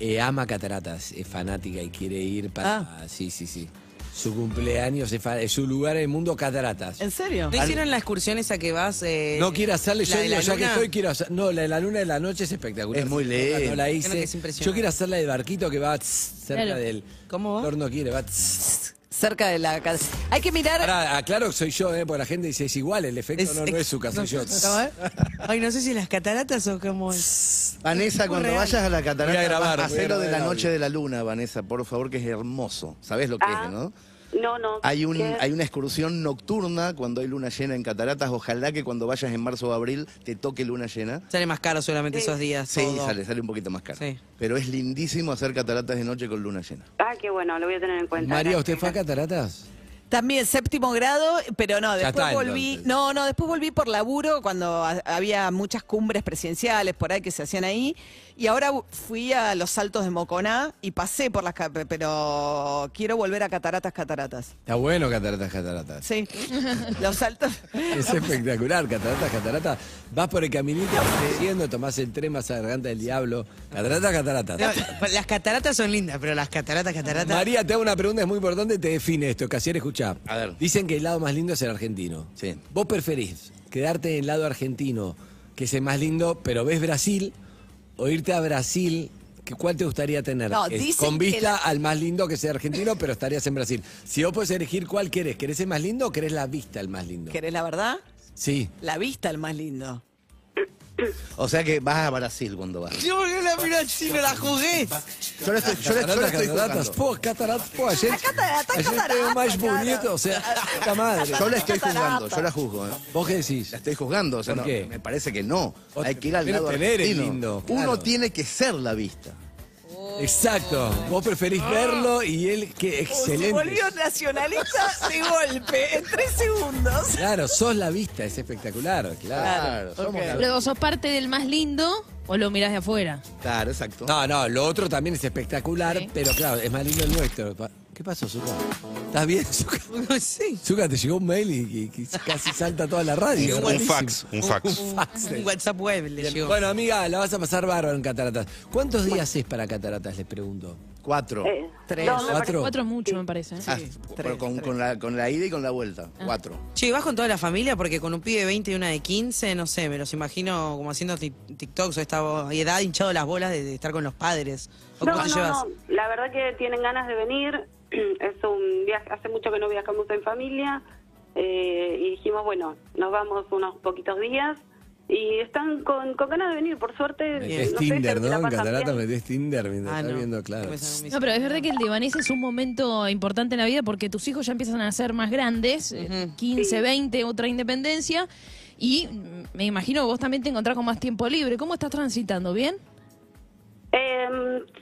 Speaker 3: eh, ama cataratas, es fanática y quiere ir para.
Speaker 5: Ah.
Speaker 3: Sí, sí, sí. Su cumpleaños, es, fa- es su lugar en el mundo, cataratas.
Speaker 7: ¿En serio?
Speaker 5: ¿No hicieron la excursión esa que vas? eh,
Speaker 3: No quiero hacerle,
Speaker 5: la
Speaker 3: yo
Speaker 5: de
Speaker 3: digo,
Speaker 5: la
Speaker 3: ya que
Speaker 5: luna?
Speaker 3: estoy, quiero hacer. No, la de la luna de la noche es espectacular.
Speaker 4: Es muy
Speaker 3: Si no la- No la
Speaker 4: leve.
Speaker 3: hice.
Speaker 5: Creo que es impresionante.
Speaker 3: Yo quiero hacer la del barquito que va tss, cerca
Speaker 6: Claro.
Speaker 3: del.
Speaker 5: ¿Cómo va?
Speaker 3: Flor no quiere, va. tss.
Speaker 7: Cerca de la casa. Hay que mirar.
Speaker 3: Ahora, aclaro que soy yo, ¿eh? porque la gente dice es igual, el efecto
Speaker 5: Es
Speaker 3: no, no
Speaker 5: ex-
Speaker 3: es su caso,
Speaker 5: no, eh.
Speaker 3: soy yo.
Speaker 5: ¿cómo es? Ay, no sé si las cataratas o cómo es.
Speaker 4: Vanessa,
Speaker 5: Muy
Speaker 4: cuando
Speaker 5: real.
Speaker 4: vayas a la
Speaker 3: Voy a
Speaker 4: catarata,
Speaker 3: grabar,
Speaker 4: vas a
Speaker 3: voy a
Speaker 4: hacer lo de la
Speaker 3: grabar el
Speaker 4: noche
Speaker 3: audio.
Speaker 4: de la luna, Vanessa, por favor, que es hermoso. ¿Sabés lo que
Speaker 1: Ah,
Speaker 4: es, no?
Speaker 1: No, no.
Speaker 4: Hay, un,
Speaker 1: ¿qué?
Speaker 4: hay una excursión nocturna cuando hay luna llena en cataratas. Ojalá que cuando vayas en marzo o abril te toque luna llena.
Speaker 5: Sale más caro solamente
Speaker 1: Sí.
Speaker 5: esos días.
Speaker 4: Sí,
Speaker 5: todo.
Speaker 4: sale, sale un poquito más caro.
Speaker 5: Sí.
Speaker 4: Pero es lindísimo hacer cataratas de noche con luna llena.
Speaker 1: Ah, qué bueno, lo voy a tener en cuenta.
Speaker 3: María,
Speaker 1: Gracias.
Speaker 3: ¿usted fue a cataratas?
Speaker 7: También séptimo grado, pero no,
Speaker 3: Ya
Speaker 7: después
Speaker 3: está,
Speaker 7: volví.
Speaker 3: entonces.
Speaker 7: No, no, después volví por laburo cuando ha- había muchas cumbres presidenciales por ahí que se hacían ahí. Y ahora bu- fui a los saltos de Moconá y pasé por las. ca- Pero quiero volver a Cataratas, Cataratas.
Speaker 3: Está bueno cataratas, cataratas.
Speaker 7: Sí, los saltos.
Speaker 3: Es espectacular, cataratas, cataratas. Vas por el caminito yendo, tomás el tren más a garganta del diablo. Cataratas,
Speaker 5: No,
Speaker 3: cataratas.
Speaker 5: las cataratas son lindas, pero las cataratas, cataratas.
Speaker 3: María, te hago una pregunta, es muy importante, te define esto, Casier, escuchá.
Speaker 4: A ver.
Speaker 3: Dicen que el lado más lindo es el argentino.
Speaker 4: Sí.
Speaker 3: ¿Vos preferís quedarte en el lado argentino, que es el más lindo, pero ves Brasil, o irte a Brasil? que- ¿Cuál te gustaría tener?
Speaker 7: No,
Speaker 3: Es-
Speaker 7: dicen
Speaker 3: con
Speaker 7: que
Speaker 3: vista
Speaker 7: la-
Speaker 3: al más lindo que sea argentino, pero estarías en Brasil. Si vos podés elegir cuál querés, ¿querés el más lindo o querés la vista el más lindo?
Speaker 7: ¿Querés la verdad?
Speaker 3: Sí.
Speaker 7: La vista el más lindo.
Speaker 4: O sea que vas a Brasil cuando vas.
Speaker 5: Yo porque la mirá si no la jugué.
Speaker 4: Yo la estoy, yo la- yo la
Speaker 3: Cataratas,
Speaker 4: estoy
Speaker 3: cataratas,
Speaker 4: jugando.
Speaker 3: po, cataratas, po, ayer,
Speaker 7: Catarata,
Speaker 3: ayer
Speaker 7: catarata,
Speaker 3: tengo más
Speaker 7: claro.
Speaker 3: bonito, o sea, puta madre.
Speaker 4: Yo la estoy jugando, yo la juzgo. ¿eh?
Speaker 3: ¿Vos qué decís?
Speaker 4: La estoy juzgando, o sea,
Speaker 3: ¿Por
Speaker 4: no,
Speaker 3: qué?
Speaker 4: me parece que no.
Speaker 3: O-
Speaker 4: Hay que ir al
Speaker 3: pero
Speaker 4: lado
Speaker 3: tener es
Speaker 4: argentino.
Speaker 3: lindo, claro.
Speaker 4: Uno tiene que ser la vista.
Speaker 3: Exacto, vos preferís verlo y él, qué
Speaker 7: Se
Speaker 3: excelente.
Speaker 7: volvió nacionalista de golpe en tres segundos.
Speaker 3: Claro, sos la vista, es espectacular, claro.
Speaker 4: Claro, somos
Speaker 7: ok.
Speaker 4: la-
Speaker 6: Pero vos sos parte del más lindo o lo mirás de afuera.
Speaker 4: Claro, exacto.
Speaker 3: No, no, lo otro también es espectacular,
Speaker 6: Sí.
Speaker 3: pero claro, es más lindo el nuestro. Pa- ¿Qué pasó, Zuka? ¿Estás bien, Zuka?
Speaker 5: No sé.
Speaker 3: Zuka, te llegó un mail y, y- y casi salta toda la radio.
Speaker 8: Un, un
Speaker 3: rarísimo.
Speaker 8: fax, un fax.
Speaker 3: Un fax.
Speaker 5: Un WhatsApp web le llegó.
Speaker 3: Bueno, amiga, la vas a pasar bárbaro en cataratas. ¿Cuántos días es para cataratas, les pregunto?
Speaker 4: Cuatro.
Speaker 1: Eh,
Speaker 7: Tres.
Speaker 1: no, me
Speaker 3: Cuatro.
Speaker 6: Cuatro es mucho, me parece. ¿eh?
Speaker 4: Ah, pero con, con la, con la ida y con la vuelta. Cuatro.
Speaker 5: Che, ¿vas con toda la familia? Porque con un pibe de 20 y una de 15, no sé, me los imagino como haciendo ti- TikToks o esta bo- edad hinchado las bolas de, de estar con los padres. ¿O
Speaker 1: No,
Speaker 5: cómo te
Speaker 1: no,
Speaker 5: llevas?
Speaker 1: no. La verdad que tienen ganas de venir. Es un viaje. Hace mucho que no viajamos en familia eh, y dijimos bueno, nos vamos unos poquitos días y están con, con ganas de venir. Por suerte.
Speaker 3: Metés
Speaker 1: no sé,
Speaker 3: Tinder,
Speaker 1: se la
Speaker 3: ¿no? En
Speaker 1: pasan
Speaker 3: cataratas
Speaker 1: bien.
Speaker 3: metés Tinder mientras
Speaker 5: Ah,
Speaker 3: estás
Speaker 5: no.
Speaker 3: viendo, claro.
Speaker 5: Me salió un
Speaker 6: No, pero es verdad que el de Vanessa es un momento importante en la vida porque tus hijos ya empiezan a ser más grandes, eh, 15, 20, otra independencia. Y mm, me imagino vos también te encontrás con más tiempo libre. ¿Cómo estás transitando? ¿Bien?
Speaker 1: Eh,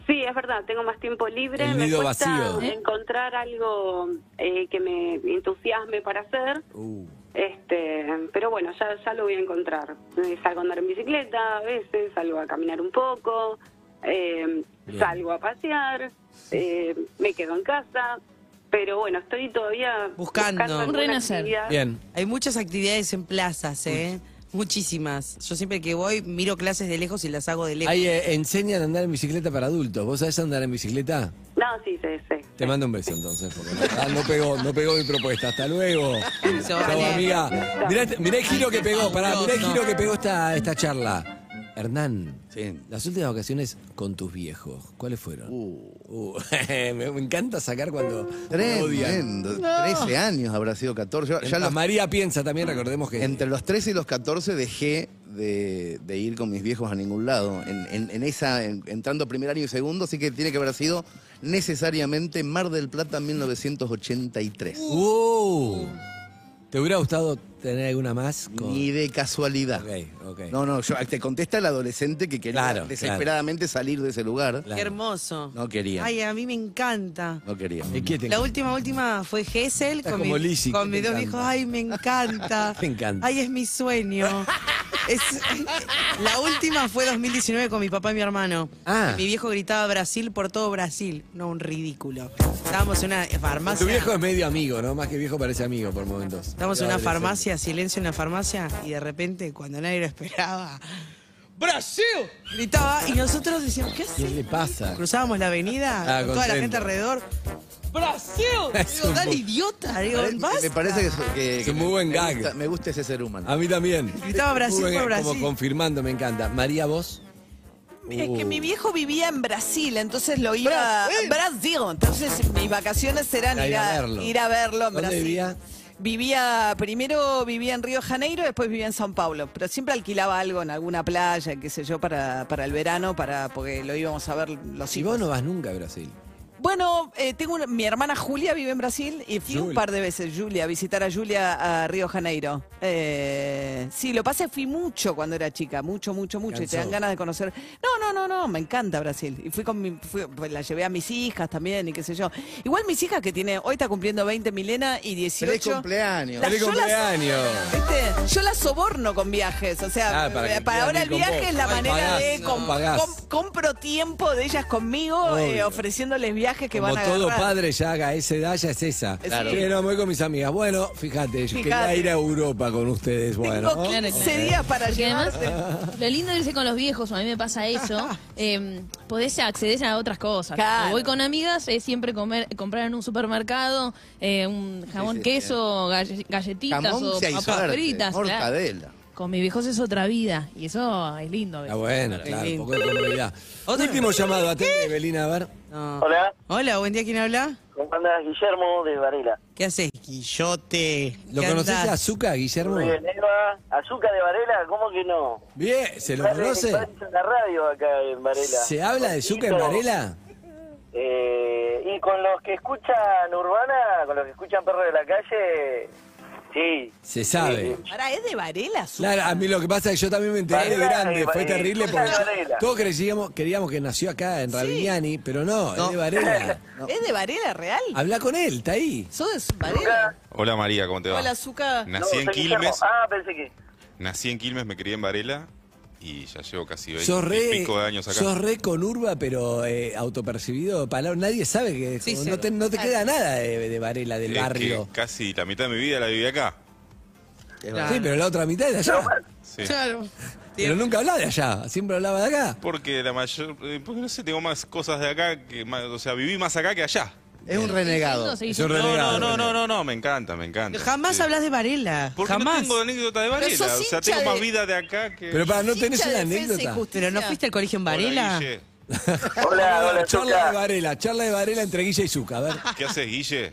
Speaker 1: sí, es verdad, tengo más tiempo libre.
Speaker 3: El
Speaker 1: me
Speaker 3: nido
Speaker 1: cuesta
Speaker 3: vacío.
Speaker 1: encontrar algo eh, que me entusiasme para hacer.
Speaker 3: Uh.
Speaker 1: Este, pero bueno, ya, ya lo voy a encontrar. Eh, Salgo a andar en bicicleta a veces, salgo a caminar un poco, eh,
Speaker 3: Bien.
Speaker 1: salgo a pasear, eh, me quedo en casa. Pero bueno, estoy todavía
Speaker 5: Buscando. Un
Speaker 1: alguna
Speaker 6: renacer.
Speaker 1: actividad.
Speaker 3: Bien.
Speaker 5: Hay muchas actividades en plazas, ¿eh? Muchísimas. Yo siempre que voy, miro clases de lejos y las hago de lejos.
Speaker 3: Ahí eh, enseñan a andar en bicicleta para adultos. ¿Vos sabés andar en bicicleta?
Speaker 1: No, sí, sí, sí.
Speaker 3: Te mando un beso entonces. porque la verdad no pegó, no pegó mi propuesta. Hasta luego. Chau,
Speaker 5: vale.
Speaker 3: amiga. Mirá, este- mirá el giro que pegó, pará, mirá el giro que pegó esta, esta charla. Hernán,
Speaker 4: Sí.
Speaker 3: las últimas ocasiones con tus viejos, ¿cuáles fueron?
Speaker 4: Uh.
Speaker 3: Uh, me, me encanta sacar cuando me odian.
Speaker 4: Tremendo. 13 años habrá sido 14. Yo- ya
Speaker 3: Mientras
Speaker 4: los-
Speaker 3: María piensa también, recordemos que
Speaker 4: entre los 13 y los 14 dejé de, de ir con mis viejos a ningún lado. En, en- en esa, en- entrando primer año y segundo, así que tiene que haber sido necesariamente Mar del Plata 1983.
Speaker 3: Uh. ¿Te hubiera gustado tener alguna más? con-
Speaker 4: Ni de casualidad.
Speaker 3: Ok, ok.
Speaker 4: No, no, yo, ah, te contesta el adolescente que quería
Speaker 3: Claro,
Speaker 4: desesperadamente salir de ese lugar.
Speaker 5: Qué hermoso.
Speaker 4: No quería.
Speaker 5: Ay, a mí me encanta.
Speaker 4: No quería.
Speaker 3: ¿Y qué te-
Speaker 5: La última, última fue Gessel
Speaker 3: Estás
Speaker 5: con,
Speaker 3: como
Speaker 5: mi-
Speaker 3: Lizzy, que
Speaker 5: con
Speaker 3: te
Speaker 5: mis dos
Speaker 3: encanta.
Speaker 5: hijos. Ay, me encanta.
Speaker 3: Te encanta.
Speaker 5: Ay, es mi sueño. Es- la última fue 2019 con mi papá y mi hermano.
Speaker 3: Ah.
Speaker 5: Y Mi viejo gritaba Brasil por todo Brasil. No, un ridículo. Estábamos en una farmacia.
Speaker 3: Tu viejo es medio amigo, ¿no? Más que viejo parece amigo por momentos.
Speaker 5: Estamos en una
Speaker 3: Adolescente.
Speaker 5: farmacia, silencio en la farmacia, y de repente, cuando nadie lo esperaba, ¡Brasil! Gritaba, y nosotros decíamos, ¿qué
Speaker 3: ¿Qué
Speaker 5: hace?
Speaker 3: le pasa?
Speaker 5: Cruzábamos la avenida,
Speaker 3: Ah,
Speaker 5: con toda la
Speaker 3: contento.
Speaker 5: gente alrededor. ¡Brasil!
Speaker 3: Es
Speaker 5: Digo,
Speaker 3: un
Speaker 5: dale,
Speaker 3: po-
Speaker 5: idiota. Digo,
Speaker 4: Me
Speaker 5: basta.
Speaker 4: parece que, que-
Speaker 3: Es un
Speaker 4: que
Speaker 3: muy buen
Speaker 4: me
Speaker 3: gag.
Speaker 4: gusta- me gusta ese ser humano.
Speaker 3: A mí también.
Speaker 5: Gritaba Brasil
Speaker 3: Muy bien,
Speaker 5: por Brasil.
Speaker 3: Como confirmando, me encanta. María, vos.
Speaker 7: Es que
Speaker 3: Uh.
Speaker 7: mi viejo vivía en Brasil, entonces lo iba a Brasil. Entonces mis vacaciones eran
Speaker 3: Era ir
Speaker 7: ir
Speaker 3: a
Speaker 7: a,
Speaker 3: verlo.
Speaker 7: ir a verlo en
Speaker 3: ¿Dónde
Speaker 7: Brasil.
Speaker 3: vivía?
Speaker 7: Vivía, primero vivía en Río Janeiro, después vivía en São Paulo, pero siempre alquilaba algo en alguna playa, qué sé yo, para, para el verano, para porque lo íbamos a ver los
Speaker 3: Si
Speaker 7: hijos.
Speaker 3: vos no vas nunca a Brasil.
Speaker 7: Bueno, eh, tengo una- mi hermana Julia vive en Brasil y fui un
Speaker 3: Julia.
Speaker 7: par de veces, Julia, a visitar a Julia a Río Janeiro. Eh, sí, lo pasé, fui mucho cuando era chica, mucho, mucho, mucho. Y te dan
Speaker 3: Cansado.
Speaker 7: ganas de conocer. No, no, no, no, me encanta Brasil. Y fui con mi, fui- pues, la llevé a mis hijas también y qué sé yo. Igual mis hijas que tiene, hoy está cumpliendo 20 Milena y 18.
Speaker 4: Feliz cumpleaños.
Speaker 7: La-
Speaker 3: ¡Feliz
Speaker 7: yo las-
Speaker 3: cumpleaños!
Speaker 7: Viste, Yo la soborno con viajes, o sea, eh,
Speaker 3: Ah, para
Speaker 7: para,
Speaker 3: que quieran
Speaker 7: ahora
Speaker 3: ir
Speaker 7: el
Speaker 3: con
Speaker 7: viaje
Speaker 3: vos.
Speaker 7: es la
Speaker 3: Ay,
Speaker 7: manera
Speaker 3: pagás,
Speaker 7: de
Speaker 3: no,
Speaker 7: com-
Speaker 3: pagás.
Speaker 7: com- compro tiempo de ellas conmigo,
Speaker 3: Obvio.
Speaker 7: eh, ofreciéndoles viajes que
Speaker 3: Como
Speaker 7: van a
Speaker 3: todo
Speaker 7: agarrar.
Speaker 3: padre ya haga esa edad, ya es esa.
Speaker 7: Claro.
Speaker 3: Que no, me voy con mis amigas. Bueno, fíjate, yo quería
Speaker 7: Fíjate.
Speaker 3: ir a Europa con ustedes. Bueno.
Speaker 7: Tengo
Speaker 6: Claro,
Speaker 7: 15
Speaker 6: claro.
Speaker 7: días para
Speaker 6: Porque además,
Speaker 7: llevarte.
Speaker 6: lo lindo de irse con los viejos, a mí me pasa eso, eh, podés acceder a otras cosas.
Speaker 7: Claro.
Speaker 6: Cuando voy con amigas, es siempre comer, comprar en un supermercado eh, un jamón,
Speaker 4: Sí, sí,
Speaker 6: queso, galle- galletitas o
Speaker 4: Jamón se
Speaker 6: papas
Speaker 4: suerte,
Speaker 6: fritas. claro.
Speaker 4: mortadela.
Speaker 6: Con mis viejos es otra vida, y eso es lindo. a veces.
Speaker 3: Ah, bueno, claro, un poco de comodidad.
Speaker 5: Otro-
Speaker 3: Último llamado, atende, Evelina, a ver.
Speaker 5: No.
Speaker 8: Hola,
Speaker 5: Hola, buen día, ¿quién habla?
Speaker 8: ¿cómo andas? Guillermo de Varela.
Speaker 5: ¿Qué haces? Quillote.
Speaker 3: ¿Lo
Speaker 5: ¿Qué
Speaker 3: conoces
Speaker 5: andás?
Speaker 3: a Azúcar, Guillermo?
Speaker 8: Muy bien, Eva. ¿Azúcar de Varela? ¿Cómo que no?
Speaker 3: Bien, ¿se lo
Speaker 8: Sale-
Speaker 3: conoce?
Speaker 8: sale en la radio acá en Varela.
Speaker 3: ¿Se habla de Azúcar en
Speaker 8: Cortito.
Speaker 3: Varela?
Speaker 8: Eh, y con los que escuchan Urbana, con los que escuchan Perro de la Calle, sí.
Speaker 3: Se sabe.
Speaker 7: Ahora, Eh, ¿es de Varela su-
Speaker 3: Claro, a mí lo que pasa es que yo también me enteré de
Speaker 8: Varela,
Speaker 3: grande,
Speaker 8: eh,
Speaker 3: fue
Speaker 8: Varela.
Speaker 3: terrible porque
Speaker 8: Varela, Varela.
Speaker 3: todos creíamos, queríamos que nació acá en Ravignani, pero no, es de Varela.
Speaker 7: ¿Es de Varela real?
Speaker 3: Habla con él, está ahí.
Speaker 7: ¿Sos de su- Varela?
Speaker 9: Hola María, ¿cómo te va?
Speaker 7: Hola, Zucca.
Speaker 9: Nací
Speaker 8: No,
Speaker 9: en
Speaker 8: soy Guillermo.
Speaker 9: Quilmes,
Speaker 8: Ah, pensé que.
Speaker 9: nací en Quilmes, me crié en Varela y ya llevo casi 20
Speaker 3: Sos
Speaker 9: y
Speaker 3: re,
Speaker 9: pico de años acá.
Speaker 3: sos re con urba, pero eh, autopercibido, palabra, nadie sabe que
Speaker 5: Sí,
Speaker 3: como
Speaker 5: sí.
Speaker 3: no, te, no te queda nada de, de Varela,
Speaker 9: Es
Speaker 3: del
Speaker 9: que
Speaker 3: barrio.
Speaker 9: casi la mitad de mi vida la viví acá.
Speaker 3: Sí, pero la otra mitad es de allá.
Speaker 9: Sí.
Speaker 5: Claro.
Speaker 3: Pero nunca hablaba de allá, siempre hablaba de acá.
Speaker 9: Porque la mayor, eh, porque no sé, tengo más cosas de acá que más- o sea, viví más acá que allá.
Speaker 4: Es un renegado.
Speaker 6: Sí,
Speaker 3: Es
Speaker 6: sí.
Speaker 3: un
Speaker 9: No,
Speaker 3: renegado.
Speaker 9: no, no, no, no, no, me encanta, me encanta.
Speaker 5: Jamás
Speaker 9: Sí.
Speaker 5: hablas de Varela.
Speaker 9: Porque
Speaker 5: Jamás.
Speaker 9: no tengo anécdota de
Speaker 7: Pero
Speaker 9: Varela,
Speaker 7: sos
Speaker 9: o sea,
Speaker 7: hincha
Speaker 9: tengo más
Speaker 7: de-
Speaker 9: vida de acá que
Speaker 3: Pero para, ¿no tenés
Speaker 7: Hincha
Speaker 3: una
Speaker 7: de defensa y
Speaker 3: anécdota?
Speaker 7: justicia.
Speaker 5: Pero no fuiste al colegio en
Speaker 9: Hola,
Speaker 5: Varela.
Speaker 9: Guille.
Speaker 8: Hola, hola,
Speaker 3: charla de
Speaker 8: Zucca.
Speaker 3: Varela, charla de Varela entre Guilla y Zucca, a ver.
Speaker 9: ¿Qué haces, Guille?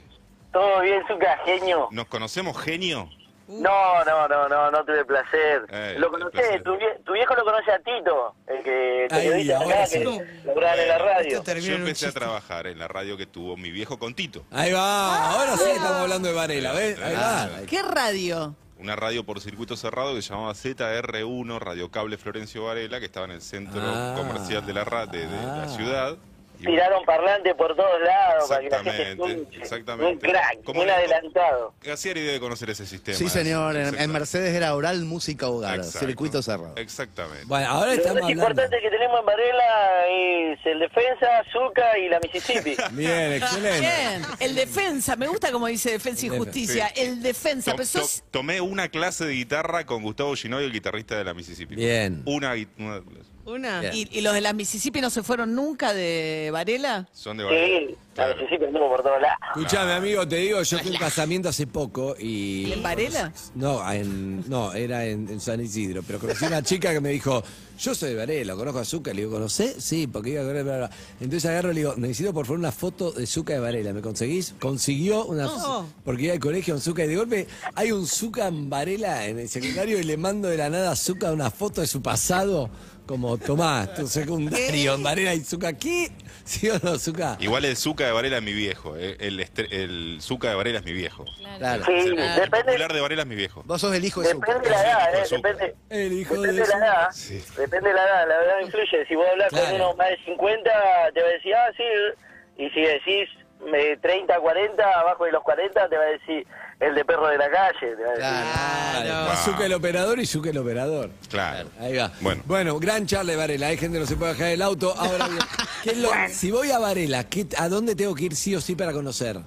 Speaker 8: ¿Todo bien, Zucca? Genio.
Speaker 9: ¿Nos conocemos, genio?
Speaker 8: No, no, no, no, no tuve placer.
Speaker 9: Eh,
Speaker 8: lo
Speaker 9: tuve
Speaker 8: conoces,
Speaker 9: placer.
Speaker 8: tu, vie- tu viejo lo conoce a Tito, el que periodista
Speaker 3: ahora
Speaker 8: acá
Speaker 3: sí.
Speaker 8: que laburaba en la radio.
Speaker 5: Termina
Speaker 9: Yo
Speaker 5: en un
Speaker 9: empecé a
Speaker 5: chiste.
Speaker 9: trabajar en la radio que tuvo mi viejo con Tito.
Speaker 3: Ahí va, ahora sí estamos hablando de Varela, ¿ves? Ahí va.
Speaker 7: ¿Qué radio?
Speaker 9: Una radio por circuito cerrado que se llamaba ZR1, Radio Cable Florencio Varela, que estaba en el centro
Speaker 3: Ah.
Speaker 9: comercial de la, ra- de, de la
Speaker 3: Ah.
Speaker 9: ciudad. Y bueno,
Speaker 8: Tiraron parlante por todos lados para que la gente
Speaker 9: Exactamente,
Speaker 8: escuche. Un
Speaker 9: exactamente.
Speaker 8: crack,
Speaker 9: Como
Speaker 8: un
Speaker 9: le-
Speaker 8: adelantado.
Speaker 9: Gaciari debe conocer ese sistema.
Speaker 4: Sí, señor. En,
Speaker 9: Exacto.
Speaker 4: en Mercedes era oral, música, hogar.
Speaker 9: Exacto.
Speaker 4: Circuito cerrado.
Speaker 9: Exactamente.
Speaker 3: Bueno, ahora
Speaker 8: Lo
Speaker 3: estamos
Speaker 8: más
Speaker 3: hablando.
Speaker 8: importante que tenemos en Varela es el Defensa, Zucca y la Mississippi.
Speaker 3: Bien, excelente.
Speaker 7: Bien. El defensa, me gusta como dice defensa y
Speaker 3: Defensa.
Speaker 7: justicia.
Speaker 9: Sí.
Speaker 7: El defensa,
Speaker 9: To-
Speaker 7: pero
Speaker 9: to-
Speaker 7: sos
Speaker 9: tomé una clase de guitarra con Gustavo Ginoy, el guitarrista de la Mississippi.
Speaker 3: Bien.
Speaker 9: Una, gui- una clase.
Speaker 5: Una.
Speaker 3: Bien.
Speaker 7: ¿Y, y los de las Mississippi no se fueron nunca de Varela?
Speaker 9: Son de
Speaker 8: Sí, la
Speaker 9: Claro.
Speaker 8: Mississippi anduvo por todos lados.
Speaker 3: Escuchame, amigo, te digo, yo fui a un casamiento hace poco y...
Speaker 7: ¿En Varela?
Speaker 3: No, en- no era en, en San Isidro, pero conocí una chica que me dijo, yo soy de Varela, conozco a Zucca, le digo, ¿conocés? Sí, porque iba a correr, bla, bla. Entonces agarro y le digo, necesito por favor una foto de Zucca de Varela, ¿me conseguís? Consiguió
Speaker 7: Oh.
Speaker 3: una
Speaker 5: No.
Speaker 3: porque iba al colegio con Zucca y de golpe hay un Zucca en Varela en el secundario y le mando de la nada a Zucca una foto de su pasado. Como Tomás, tu secundario en Varela y Zucca, ¿qué? ¿Sí o no, Zucca?
Speaker 9: Igual el Zucca de Varela es mi viejo. eh. El, estre- el Zucca de Varela es mi viejo.
Speaker 4: Claro.
Speaker 8: Sí,
Speaker 9: El
Speaker 8: depende,
Speaker 9: popular de Varela es mi viejo.
Speaker 4: Vos sos el hijo de su.
Speaker 8: depende de la edad, eh,
Speaker 9: Zucca.
Speaker 8: depende.
Speaker 3: El hijo
Speaker 8: Depende
Speaker 3: de
Speaker 8: de la
Speaker 3: Zucca.
Speaker 8: edad,
Speaker 9: Sí.
Speaker 8: depende de la edad, la edad influye. Si vos hablas
Speaker 3: Claro.
Speaker 8: con uno más de 50, te va a decir, ah, sí, y si decís
Speaker 1: eh, 30, 40, abajo de los 40, te va a decir el de perro de la calle. te va a decir.
Speaker 3: Claro.
Speaker 10: Wow.
Speaker 3: Azúcar el operador y Zucca el operador.
Speaker 10: Claro.
Speaker 3: Ahí va.
Speaker 10: Bueno.
Speaker 3: gran charla de Varela. Hay gente que no se puede bajar del auto. Ahora bien, ¿qué es lo- si voy a Varela, ¿qué- ¿a dónde tengo que ir sí o sí para conocer?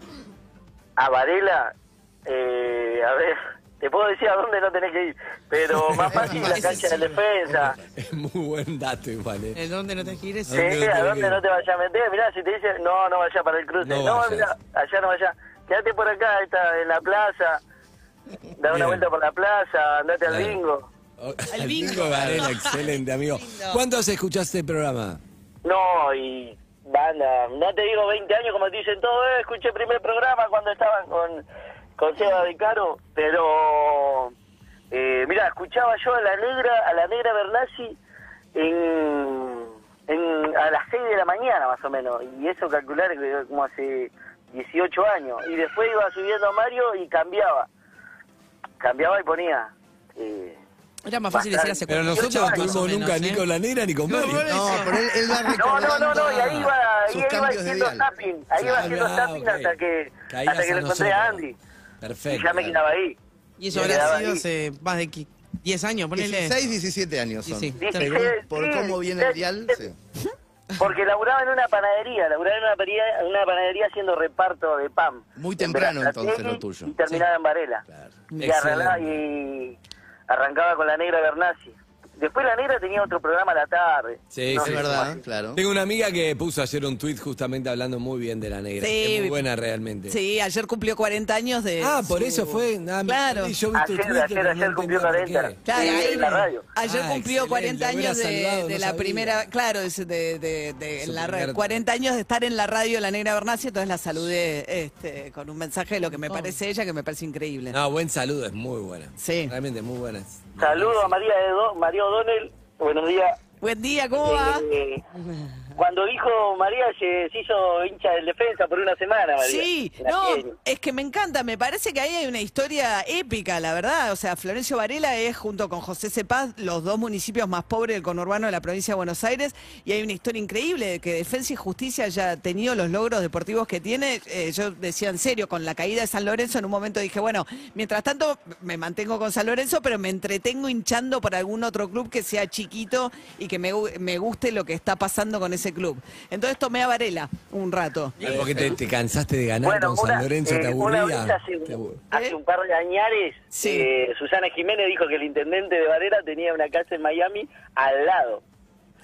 Speaker 1: A Varela, eh, a ver, te puedo decir a dónde no tenés que ir, pero más fácil la cancha de defensa.
Speaker 3: Es muy buen dato igual. eh.
Speaker 7: ¿El dónde no te gires?
Speaker 1: Sí,
Speaker 3: ¿Dónde no tenés
Speaker 1: ¿a
Speaker 3: que
Speaker 1: dónde
Speaker 3: ir?
Speaker 1: no te vayas a meter? Mirá, si te dicen, no, no vayas para el cruce.
Speaker 3: No
Speaker 1: No,
Speaker 3: vayas.
Speaker 1: mirá, allá no vayas. Quédate por acá, está en la plaza. Da una
Speaker 3: Bien.
Speaker 1: vuelta por la plaza, andate al
Speaker 3: Claro.
Speaker 1: bingo.
Speaker 3: Oh, Al bingo de Varela, excelente amigo. ¿Cuántos escuchaste el programa?
Speaker 1: No, y banda, no te digo 20 años como dicen todos, eh, escuché el primer programa cuando estaban con, con Seba de Caro, pero eh, mira, escuchaba yo a la negra, a la negra Bernasi en, en- a las 6 de la mañana más o menos, y eso calcular que como hace 18 años, y después iba subiendo a Mario y cambiaba, cambiaba y ponía... eh,
Speaker 7: Era más fácil decir hace
Speaker 3: Pero
Speaker 7: cuatro,
Speaker 3: nosotros
Speaker 7: ocho
Speaker 3: no
Speaker 7: años, más o
Speaker 3: tuvimos
Speaker 7: menos,
Speaker 3: nunca
Speaker 7: ¿eh?
Speaker 3: ni con la negra ni con Mario.
Speaker 4: No, pero él, él va
Speaker 1: No,
Speaker 4: recordando
Speaker 1: no, no, no, y ahí iba, ahí
Speaker 4: sus
Speaker 1: iba
Speaker 4: cambios de
Speaker 1: haciendo
Speaker 4: dial.
Speaker 1: tapping, ahí iba
Speaker 3: Ah,
Speaker 1: haciendo
Speaker 3: ah,
Speaker 1: tapping
Speaker 3: ok.
Speaker 1: hasta que,
Speaker 3: Caías
Speaker 1: hasta que
Speaker 3: a
Speaker 1: lo encontré a
Speaker 3: nosotros.
Speaker 1: Andy.
Speaker 3: Perfecto.
Speaker 1: y ya me quedaba ahí.
Speaker 7: Y eso
Speaker 1: Y
Speaker 7: habrá
Speaker 1: quedaba
Speaker 7: sido
Speaker 1: ahí.
Speaker 7: hace más de qui- 10 años, ponele.
Speaker 4: 16, 17 años son.
Speaker 7: Sí, sí.
Speaker 4: Según por
Speaker 1: Sí,
Speaker 4: cómo viene el
Speaker 1: sí,
Speaker 4: dial,
Speaker 1: sí.
Speaker 4: sí.
Speaker 1: Porque laburaba en una panadería, laburaba en una panadería, en una panadería haciendo reparto de pan.
Speaker 4: Muy
Speaker 1: En
Speaker 4: temprano,
Speaker 1: Verazategui
Speaker 4: entonces, lo tuyo.
Speaker 1: Y terminaba en Varela. Y, arreglaba- y arrancaba con la negra Bernasi. Después la negra tenía otro programa a la tarde.
Speaker 3: Sí,
Speaker 1: No
Speaker 3: sí, sí.
Speaker 4: Es
Speaker 1: sé cómo
Speaker 4: verdad,
Speaker 1: así.
Speaker 4: claro.
Speaker 3: Tengo una amiga que puso ayer un tuit justamente hablando muy bien de la negra.
Speaker 5: Sí.
Speaker 3: Es muy buena realmente.
Speaker 5: Sí, ayer cumplió 40 años de.
Speaker 3: Ah, por
Speaker 5: su-
Speaker 3: eso fue. Ah, me-
Speaker 5: Claro.
Speaker 3: y yo vi tu
Speaker 1: Ayer,
Speaker 3: tuit,
Speaker 1: ayer,
Speaker 3: pero no
Speaker 1: ayer
Speaker 3: entendía
Speaker 1: cumplió
Speaker 3: por
Speaker 1: 40.
Speaker 3: qué.
Speaker 5: Claro,
Speaker 1: Sí,
Speaker 5: ahí-
Speaker 1: en la radio.
Speaker 5: Ayer
Speaker 3: Ah,
Speaker 5: cumplió
Speaker 3: excelente,
Speaker 5: 40
Speaker 3: lo hubiera
Speaker 5: años de,
Speaker 3: saludado,
Speaker 5: de
Speaker 3: no
Speaker 5: la
Speaker 3: sabía.
Speaker 5: primera, claro, es de, de- de-
Speaker 3: Su
Speaker 5: en la
Speaker 3: primer-
Speaker 5: radio, 40 años de estar en la radio La Negra Bernasi, entonces la saludé este, con un mensaje de lo que me parece ella, que me parece increíble.
Speaker 3: Oh. No, buen saludo, es muy buena.
Speaker 5: Sí.
Speaker 3: Realmente muy buena.
Speaker 1: Saludo a María, Edo, María O'Donnell. Buenos días.
Speaker 5: Buen día, ¿cómo va?
Speaker 1: Eh, cuando dijo María se, se hizo hincha del defensa por una semana, María.
Speaker 5: Sí,
Speaker 1: La genio.
Speaker 5: no, es que me encanta, me parece que ahí hay una historia épica, la verdad. O sea, Florencio Varela es, junto con José Cepaz, los dos municipios más pobres del conurbano de la provincia de Buenos Aires, y hay una historia increíble de que Defensa y Justicia haya tenido los logros deportivos que tiene. Eh, yo decía en serio, con la caída de San Lorenzo, en un momento dije, bueno, mientras tanto me mantengo con San Lorenzo, pero me entretengo hinchando por algún otro club que sea chiquito y que me, gu- me guste lo que está pasando con ese club. Entonces tomé a Varela un rato.
Speaker 3: Ah, Porque te, te cansaste de ganar con San
Speaker 1: una-
Speaker 3: Lorenzo,
Speaker 1: eh,
Speaker 3: te
Speaker 1: una vez
Speaker 3: aburría.
Speaker 1: hace,
Speaker 3: Te aburría.
Speaker 1: hace un par de añares,
Speaker 5: ¿Eh? Sí.
Speaker 1: eh, Susana Jiménez dijo que el intendente de Varela tenía una casa en Miami al lado.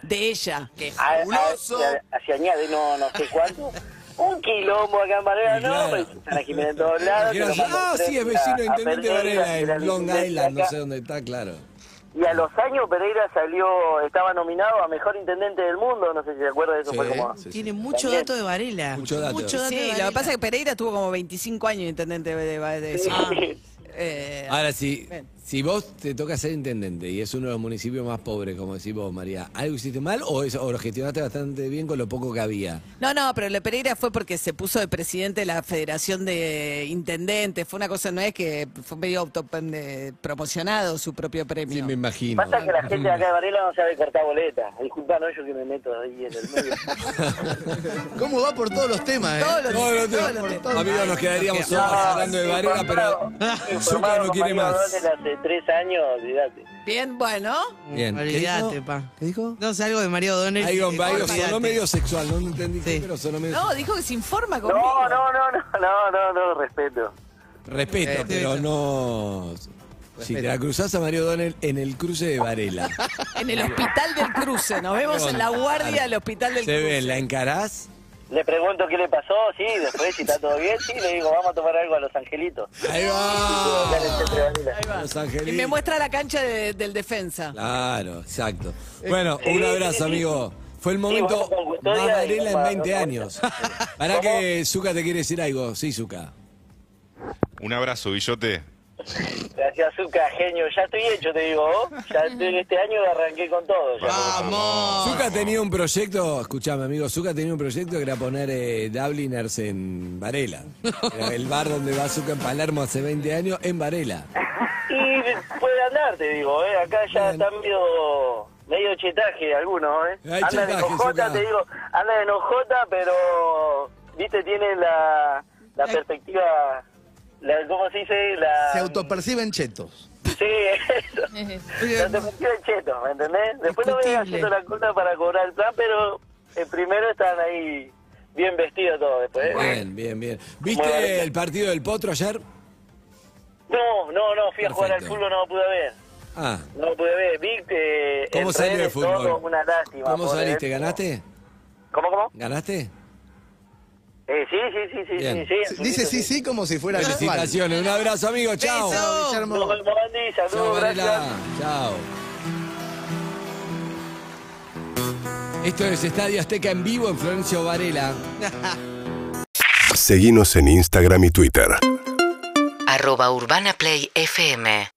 Speaker 5: De ella. que
Speaker 1: A- a-
Speaker 4: Fabuloso.
Speaker 1: hacia- Hacia añade, no, no sé cuánto. Un quilombo acá en Varela,
Speaker 3: Y
Speaker 1: no,
Speaker 3: claro.
Speaker 1: pero Susana Jiménez en todos lados.
Speaker 3: Dijeras,
Speaker 1: se lo mandó
Speaker 3: ah, sí, es
Speaker 1: frente
Speaker 3: vecino
Speaker 1: a-
Speaker 3: de
Speaker 1: a
Speaker 3: intendente
Speaker 1: Pereira,
Speaker 3: Varela
Speaker 1: que era
Speaker 3: en
Speaker 1: el
Speaker 3: Long
Speaker 1: intendente
Speaker 3: Island, no
Speaker 1: acá.
Speaker 3: sé dónde está, claro.
Speaker 1: Y a los años Pereira salió, estaba nominado a mejor intendente del mundo, no sé si se acuerda de eso,
Speaker 4: Sí,
Speaker 1: fue como...
Speaker 4: sí, sí.
Speaker 7: Tiene mucho
Speaker 1: También.
Speaker 7: dato de Varela.
Speaker 3: Mucho dato.
Speaker 7: de
Speaker 5: Sí, lo
Speaker 7: Varela.
Speaker 5: que pasa es que Pereira tuvo como 25 años intendente de, de, de-
Speaker 1: Sí.
Speaker 5: Ah. Eh,
Speaker 3: Ahora, si,
Speaker 5: Ven.
Speaker 3: si vos te toca ser intendente y es uno de los municipios más pobres, como decís vos, María, ¿algo hiciste mal o, es- o lo gestionaste bastante bien con lo poco que había?
Speaker 5: No, no, pero lo de Pereira fue porque se puso de presidente de la Federación de Intendentes. Fue una cosa, no es que fue medio auto- eh, promocionado su propio premio.
Speaker 3: Sí, me imagino.
Speaker 1: Pasa que la gente de acá de Varela no sabe cortar boletas. Disculpanos yo que me meto ahí en el medio.
Speaker 4: ¿Cómo va por todos los temas, eh?
Speaker 5: Todos los-
Speaker 3: No, no,
Speaker 5: todos
Speaker 3: no,
Speaker 5: los-
Speaker 3: Amigos, nos quedaríamos
Speaker 1: No,
Speaker 3: horas hablando de Varela, pero
Speaker 1: informado-
Speaker 3: Zucca no
Speaker 1: informado
Speaker 3: quiere
Speaker 1: con
Speaker 3: más.
Speaker 1: Mario Donel hace tres años, olvídate.
Speaker 5: Bien, bueno.
Speaker 3: Bien. ¿Qué
Speaker 7: Olvídate,
Speaker 3: dijo?
Speaker 7: pa.
Speaker 3: ¿Qué dijo?
Speaker 7: No sé, algo de Mario Donner.
Speaker 3: Ahí va, ahí va, sonó
Speaker 7: Olvídate.
Speaker 3: medio sexual, no entendí qué,
Speaker 7: Sí.
Speaker 3: pero sonó medio
Speaker 5: No, dijo que se informa conmigo.
Speaker 1: No, no, no, no, no, no, no, respeto.
Speaker 3: Respeto,
Speaker 7: Este,
Speaker 4: Eh,
Speaker 3: pero no... Si te la cruzás a Mario Donel en el cruce de Varela,
Speaker 5: En el hospital del cruce. Nos vemos en la guardia del hospital del
Speaker 3: se
Speaker 5: cruce.
Speaker 3: ven, la encarás,
Speaker 1: Le pregunto qué le pasó, sí, después si está todo bien, sí, le digo, vamos a tomar algo a Los Angelitos.
Speaker 3: ahí
Speaker 1: Acá en el
Speaker 3: va.
Speaker 1: centro de Varela.
Speaker 5: Ahí va.
Speaker 3: Los Angelitos.
Speaker 5: Y me muestra la cancha de- del defensa.
Speaker 3: Claro, exacto. Bueno,
Speaker 1: sí,
Speaker 3: un
Speaker 1: sí,
Speaker 3: abrazo,
Speaker 1: sí.
Speaker 3: amigo. Fue el
Speaker 1: vamos
Speaker 3: momento
Speaker 1: con custodia
Speaker 3: más
Speaker 1: y
Speaker 3: Varela en
Speaker 1: vamos a-
Speaker 3: 20
Speaker 1: vamos a-
Speaker 3: años. Para que Zuka te quiere decir algo. Sí, Zuka.
Speaker 10: Un abrazo, Guillote.
Speaker 1: Gracias, Zucca, genio. Ya estoy hecho, te digo, ¿oh? Ya estoy, este año arranqué con todo. ya.
Speaker 7: Vamos.
Speaker 3: Zuka tenía un proyecto, escuchame amigo, Zuka tenía un proyecto que era poner eh, Dubliners en Varela. Era el bar donde va Zuka en Palermo hace 20 años, en Varela.
Speaker 1: Y puede andar, te digo, ¿eh? Acá ya
Speaker 3: Bien.
Speaker 1: están medio, medio chetaje algunos, ¿eh?
Speaker 3: Hay
Speaker 1: Andan
Speaker 3: chetaje,
Speaker 1: en ojota,
Speaker 3: Zucca.
Speaker 1: te digo, andan en ojota, pero viste, tienen la, la
Speaker 11: La-
Speaker 1: perspectiva, la, ¿cómo se dice? La,
Speaker 4: Se autoperciben chetos.
Speaker 1: Sí, eso. La perspectiva del cheto, ¿me entendés? Después lo ven
Speaker 12: Discutible.
Speaker 1: haciendo la cola para cobrar el plan, pero eh, primero están ahí bien vestidos todos después. ¿eh?
Speaker 3: Bien, bien, bien.
Speaker 1: Bueno.
Speaker 3: ¿Viste el partido del Potro ayer?
Speaker 1: No, no, no, fui a jugar al
Speaker 3: Perfecto.
Speaker 1: fútbol, no lo pude ver.
Speaker 3: Ah,
Speaker 1: No lo pude ver. Vi que.
Speaker 3: ¿cómo
Speaker 1: en
Speaker 3: salió el
Speaker 1: redes
Speaker 3: fútbol?
Speaker 1: todo Una lástima.
Speaker 3: ¿Cómo
Speaker 1: pobre,
Speaker 3: saliste?
Speaker 1: ¿eh?
Speaker 3: ¿Ganaste?
Speaker 1: ¿Cómo, cómo?
Speaker 3: ¿Ganaste?
Speaker 1: Eh, sí, sí, sí, sí,
Speaker 3: Bien.
Speaker 1: sí, sí.
Speaker 4: Se-
Speaker 1: absoluto,
Speaker 4: Dice sí, sí, como si fuera casual.
Speaker 3: Felicitaciones, un abrazo amigo, chao.
Speaker 4: Chao, Guillermo.
Speaker 1: Nos vemos, Andy.
Speaker 3: Chao,
Speaker 1: Saludos, gracias.
Speaker 3: Varela. Chao. Esto es Estadio Azteca en vivo en Florencio Varela.
Speaker 7: Seguinos en Instagram y Twitter.
Speaker 13: arroba urbanaplayfm